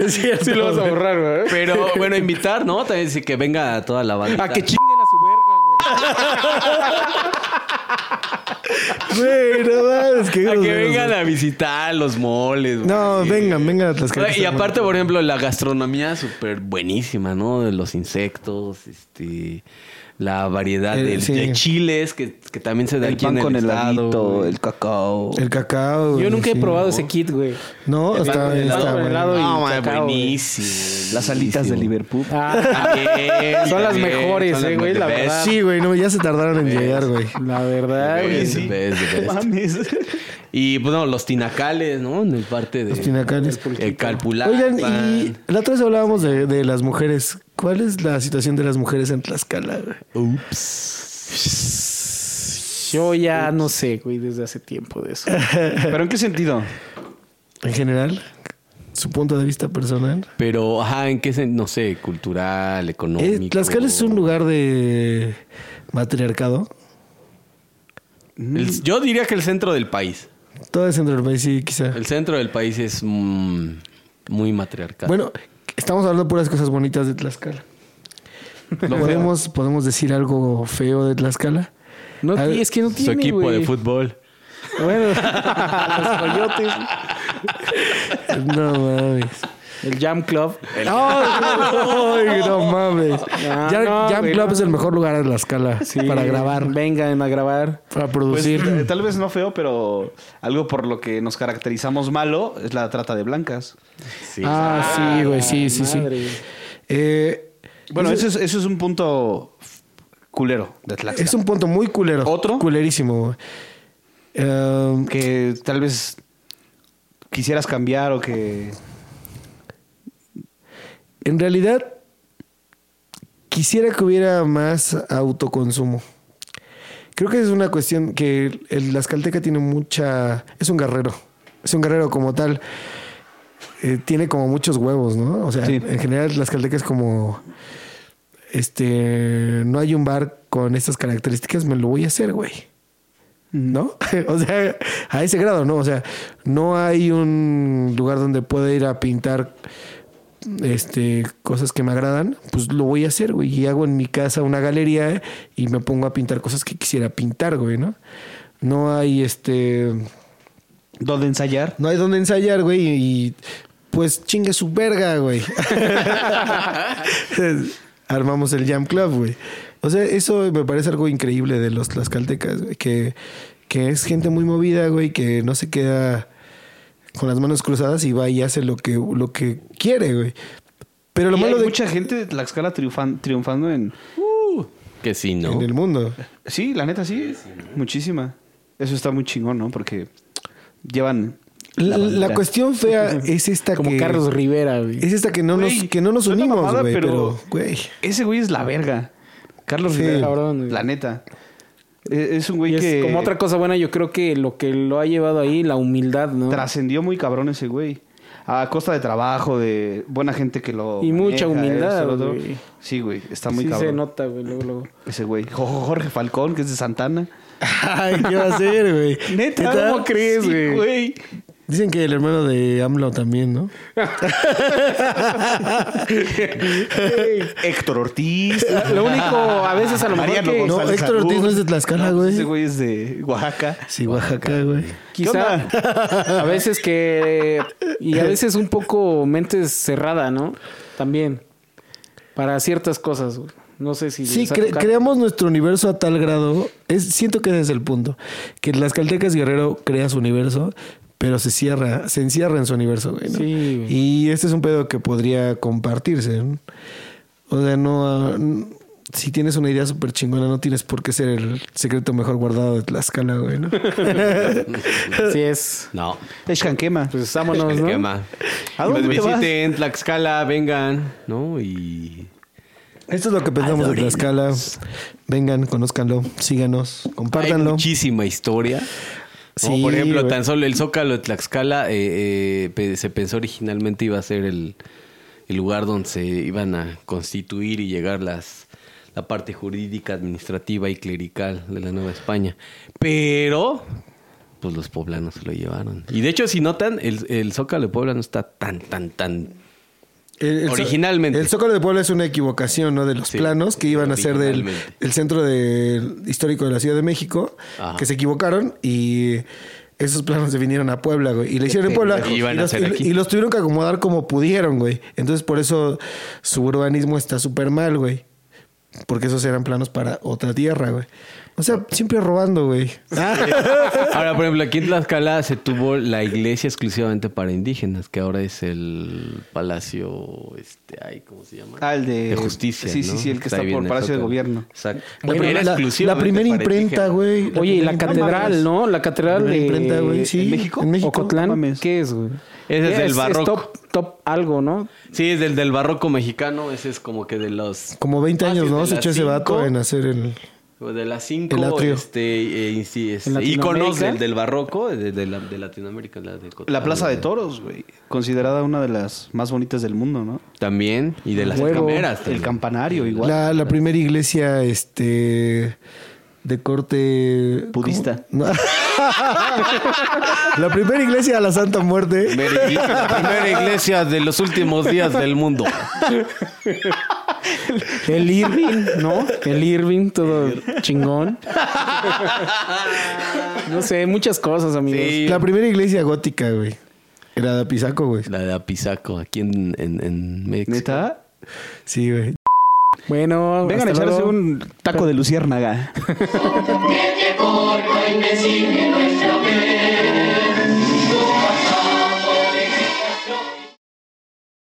Speaker 3: Sí, sí lo vas a borrar, güey.
Speaker 2: Pero bueno, invitar, ¿no? También sí que venga toda
Speaker 3: Ah,
Speaker 2: la banda.
Speaker 3: A que chinguen a su verga, güey.
Speaker 1: Güey, no mames, qué
Speaker 2: A
Speaker 1: groseros,
Speaker 2: que vengan
Speaker 1: güey.
Speaker 2: a visitar los moles. güey.
Speaker 1: No,
Speaker 2: Sí.
Speaker 1: vengan, vengan a Tlaxcala.
Speaker 2: Y aparte, por ejemplo, la gastronomía súper buenísima, ¿no? De los insectos, este... La variedad
Speaker 1: Eh,
Speaker 2: de,
Speaker 1: sí.
Speaker 2: de chiles que, que también se da
Speaker 4: El
Speaker 2: aquí
Speaker 4: pan
Speaker 2: en el
Speaker 4: con
Speaker 2: estado,
Speaker 4: heladito,
Speaker 2: güey.
Speaker 4: el cacao.
Speaker 1: El cacao.
Speaker 3: Yo
Speaker 1: güey,
Speaker 3: nunca he
Speaker 1: sí.
Speaker 3: probado ese kit, güey.
Speaker 1: No,
Speaker 2: El pan
Speaker 1: está,
Speaker 2: con
Speaker 1: está
Speaker 2: helado,
Speaker 1: bueno.
Speaker 2: güey.
Speaker 3: helado y
Speaker 2: No, man,
Speaker 3: cacao, güey.
Speaker 2: buenísimo.
Speaker 4: Las alitas de
Speaker 2: buenísimo.
Speaker 4: Liverpool.
Speaker 3: Ah,
Speaker 2: También,
Speaker 3: Son las
Speaker 2: también,
Speaker 3: mejores,
Speaker 2: son las
Speaker 3: eh, güey, la
Speaker 2: the best.
Speaker 3: verdad.
Speaker 1: Sí, güey, no, ya se tardaron en llegar, güey.
Speaker 3: la verdad,
Speaker 2: The
Speaker 3: güey.
Speaker 2: best, the best, the best.
Speaker 4: Mames.
Speaker 2: Y bueno, los tinacales, ¿no? En el parte de.
Speaker 1: Los tinacales.
Speaker 2: El calcular.
Speaker 1: Oigan, y la otra vez hablábamos de, de las mujeres. ¿Cuál es la situación de las mujeres en Tlaxcala, güey?
Speaker 3: Yo ya no sé, güey, desde hace tiempo de eso.
Speaker 4: ¿Pero en qué sentido?
Speaker 1: En general, su punto de vista personal.
Speaker 2: Pero, ajá, ¿en qué sen- No sé, cultural, económico.
Speaker 1: Eh, Tlaxcala es un lugar de matriarcado.
Speaker 2: El- yo diría que el centro del país.
Speaker 1: Todo el centro del país, sí, quizá.
Speaker 2: El centro del país es mm, muy matriarcal.
Speaker 1: Bueno, estamos hablando de puras cosas bonitas de Tlaxcala. ¿Podemos, ¿Podemos decir algo feo de Tlaxcala?
Speaker 3: No,
Speaker 1: A ver,
Speaker 3: ti- es que no
Speaker 2: su
Speaker 3: tiene,
Speaker 2: equipo
Speaker 3: güey.
Speaker 2: de fútbol.
Speaker 3: Bueno, los coyotes.
Speaker 1: No mames.
Speaker 3: El Jam Club.
Speaker 1: ¡Ay, no mames!
Speaker 3: No,
Speaker 1: Ya-
Speaker 3: no,
Speaker 1: Jam
Speaker 3: güey,
Speaker 1: Club
Speaker 3: no.
Speaker 1: es el mejor lugar de Tlaxcala para grabar,
Speaker 3: Vengan a grabar.
Speaker 1: para
Speaker 4: Pues,
Speaker 1: producir.
Speaker 4: t- tal vez no feo, pero algo por lo que nos caracterizamos malo es la trata de blancas.
Speaker 2: Sí.
Speaker 1: ah, sí, güey, sí, sí, sí.
Speaker 3: Madre.
Speaker 1: Eh,
Speaker 4: Bueno,
Speaker 1: es,
Speaker 4: eso es, eso es un punto culero de Tlaxcala.
Speaker 1: es un punto muy culero.
Speaker 4: ¿Otro?
Speaker 1: Culerísimo, güey. Eh,
Speaker 4: que tal vez quisieras cambiar o que...
Speaker 1: en realidad, quisiera que hubiera más autoconsumo. Creo que es una cuestión que el Tlaxcalteca tiene mucha. Es un guerrero. Es un guerrero como tal. Eh, tiene como muchos huevos, ¿no? O sea,
Speaker 4: Sí.
Speaker 1: en general, Tlaxcalteca es como. Este. No hay un bar con estas características, me lo voy a hacer, güey. ¿No? o sea, a ese grado, ¿no? O sea, no hay un lugar donde pueda ir a pintar este, cosas que me agradan, pues lo voy a hacer, güey. Y hago en mi casa una galería y me pongo a pintar cosas que quisiera pintar, güey, ¿no? No hay este.
Speaker 4: ¿Dónde ensayar?
Speaker 1: No hay donde ensayar, güey, y pues chingue su verga, güey. Armamos el Jam Club, güey. O sea, eso me parece algo increíble de los tlaxcaltecas, güey, que, que es gente muy movida, güey, que no se queda con las manos cruzadas y va y hace lo que, lo que quiere, güey. Pero lo
Speaker 4: Y
Speaker 1: malo
Speaker 4: hay
Speaker 1: de
Speaker 4: mucha gente de Tlaxcala triunfan- triunfando en...
Speaker 2: Que sí, ¿no?
Speaker 1: en el mundo.
Speaker 4: Sí, la neta sí, muchísima. Eso está muy chingón, ¿no? Porque llevan...
Speaker 1: La,
Speaker 4: bandera.
Speaker 1: la cuestión fea es esta
Speaker 3: Como
Speaker 1: que...
Speaker 3: Carlos Rivera, güey.
Speaker 1: Es esta que no
Speaker 4: Güey,
Speaker 1: nos, que no nos
Speaker 4: suena
Speaker 1: unimos,
Speaker 4: mamada,
Speaker 1: güey,
Speaker 4: pero-
Speaker 1: pero, güey...
Speaker 4: Ese güey es la verga. Carlos
Speaker 1: Sí.
Speaker 4: Rivera,
Speaker 3: Cabrón, güey.
Speaker 4: la neta. E- Es un güey
Speaker 3: Y es
Speaker 4: que...
Speaker 3: como otra cosa buena, yo creo que lo que lo ha llevado ahí, la humildad, ¿no?
Speaker 4: Trascendió muy cabrón ese güey. A costa de trabajo, de buena gente que lo.
Speaker 3: Y mucha humildad,
Speaker 4: lo otro.
Speaker 3: güey.
Speaker 4: Sí, güey. Está muy
Speaker 3: sí se
Speaker 4: cabrón.
Speaker 3: nota, güey, luego, luego.
Speaker 4: Ese güey. Jo- jo- Jorge Falcón, que es de Santana.
Speaker 1: Ay, ¿qué va a hacer, güey?
Speaker 4: ¿Neta?
Speaker 3: ¿Cómo crees,
Speaker 4: Sí,
Speaker 3: güey?
Speaker 4: güey?
Speaker 1: Dicen que el hermano de AMLO también, ¿no?
Speaker 4: Héctor Ortiz.
Speaker 3: Lo único, a veces a lo mejor
Speaker 4: Mariano
Speaker 3: que
Speaker 1: No,
Speaker 4: González
Speaker 1: Héctor Ortiz no es de Tlaxcala,
Speaker 4: No,
Speaker 1: güey.
Speaker 4: Ese güey es de Oaxaca.
Speaker 1: Sí, Oaxaca, güey.
Speaker 3: quizá a veces que y a veces un poco mente cerrada, ¿no? También para ciertas cosas, güey. No sé si
Speaker 1: Sí,
Speaker 3: les ha
Speaker 1: cre-
Speaker 3: tocado.
Speaker 1: creamos nuestro universo a tal grado. Es, siento que ese es el punto. Que Tlaxcaltecas Guerrero crea su universo, pero se cierra, se encierra en su universo, güey. ¿no?
Speaker 3: Sí, güey.
Speaker 1: Y este es un pedo que podría compartirse. ¿no? O sea, no. ah, Si tienes una idea súper chingona, no tienes por qué ser el secreto mejor guardado de Tlaxcala, güey, ¿no?
Speaker 3: Así es.
Speaker 2: No.
Speaker 4: Es Canquema.
Speaker 3: Pues vámonos,
Speaker 2: El
Speaker 3: ¿no?
Speaker 2: que más.
Speaker 4: ¿A dónde
Speaker 2: Pues
Speaker 4: te vas?
Speaker 2: visiten Tlaxcala, vengan, ¿no? Y.
Speaker 1: Esto es lo que pensamos de Tlaxcala. Vengan, conózcanlo, síganos,
Speaker 2: Hay
Speaker 1: compártanlo.
Speaker 2: muchísima historia. Como
Speaker 1: Sí,
Speaker 2: por ejemplo,
Speaker 1: güey.
Speaker 2: tan solo el Zócalo de Tlaxcala eh, eh, pe- se pensó originalmente iba a ser el, el lugar donde se iban a constituir y llegar las la parte jurídica, administrativa y clerical de la Nueva España. Pero, pues los poblanos se lo llevaron. Y de hecho, si notan, el, el Zócalo de Puebla no está tan, tan, tan
Speaker 1: El- el zo-
Speaker 2: Originalmente.
Speaker 1: El Zócalo de Puebla es una equivocación, ¿no? De los
Speaker 2: Sí,
Speaker 1: planos que iban a ser del
Speaker 2: originalmente.
Speaker 1: el centro de- histórico de la Ciudad de México,
Speaker 2: Ajá.
Speaker 1: que se equivocaron y esos planos se vinieron a Puebla, güey. Y le hicieron en Puebla.
Speaker 2: pendejos. Y iban a
Speaker 1: los,
Speaker 2: hacer aquí.
Speaker 1: y los tuvieron que acomodar como pudieron, güey. Entonces, por eso su urbanismo está súper mal, güey. Porque esos eran planos para otra tierra, güey. O sea, siempre robando, güey.
Speaker 2: Ahora, por ejemplo, aquí en Tlaxcala se tuvo la iglesia exclusivamente para indígenas, que ahora es el palacio, este, ay, ¿cómo se llama?
Speaker 4: Ah, el de-
Speaker 2: de justicia.
Speaker 4: sí, sí,
Speaker 2: ¿no?
Speaker 4: sí, el que está
Speaker 2: ahí
Speaker 4: por
Speaker 2: en el
Speaker 4: Palacio de
Speaker 2: Zócalo.
Speaker 4: Gobierno.
Speaker 2: Exacto.
Speaker 1: La,
Speaker 2: Era
Speaker 1: la- la
Speaker 2: exclusivamente
Speaker 1: primera
Speaker 2: para
Speaker 1: imprenta,
Speaker 2: indígenas.
Speaker 1: güey.
Speaker 3: Oye, y la
Speaker 1: primera
Speaker 3: catedral, ¿no? La catedral
Speaker 1: La
Speaker 3: de
Speaker 1: imprenta, güey, sí.
Speaker 4: ¿en México?
Speaker 1: En México.
Speaker 3: Ocotlán.
Speaker 4: No mames.
Speaker 3: ¿Qué es, güey?
Speaker 2: Ese es del barroco.
Speaker 3: top, top algo, ¿no?
Speaker 2: Sí, es del, del barroco mexicano, ese es como que de los...
Speaker 1: Como 20
Speaker 2: Ah, sí,
Speaker 1: años,
Speaker 2: de
Speaker 1: ¿no? Se
Speaker 2: las
Speaker 1: echó ese vato
Speaker 2: cinco.
Speaker 1: en hacer el...
Speaker 2: De las cinco
Speaker 1: El atrio.
Speaker 2: este, eh, in- sí, este,
Speaker 3: ¿En Latinoamérica?
Speaker 2: íconos del, del barroco, de, de la- de Latinoamérica. La, de Cotl-
Speaker 4: La Plaza de
Speaker 2: de-
Speaker 4: Toros, güey. Considerada una de las más bonitas del mundo, ¿no?
Speaker 2: También, y de las
Speaker 3: Huevo.
Speaker 2: primeras.
Speaker 4: El campanario igual.
Speaker 1: La, la primera iglesia, este... De corte... ¿cómo?
Speaker 4: Budista.
Speaker 1: No. la primera iglesia de la Santa Muerte.
Speaker 2: Primera iglesia, la primera iglesia de los últimos días del mundo.
Speaker 3: El Irving, ¿no? El Irving, todo chingón. No sé, muchas cosas, amigos.
Speaker 2: Sí.
Speaker 1: La primera iglesia gótica, güey. Era de Apizaco, güey.
Speaker 2: La de Apizaco, aquí en, en, en México.
Speaker 4: Neta.
Speaker 1: Sí, güey.
Speaker 3: Bueno,
Speaker 4: Vengan a
Speaker 3: hasta
Speaker 4: echarse
Speaker 3: luego.
Speaker 4: un taco de luciérnaga.
Speaker 6: corto y me sigue nuestro bien.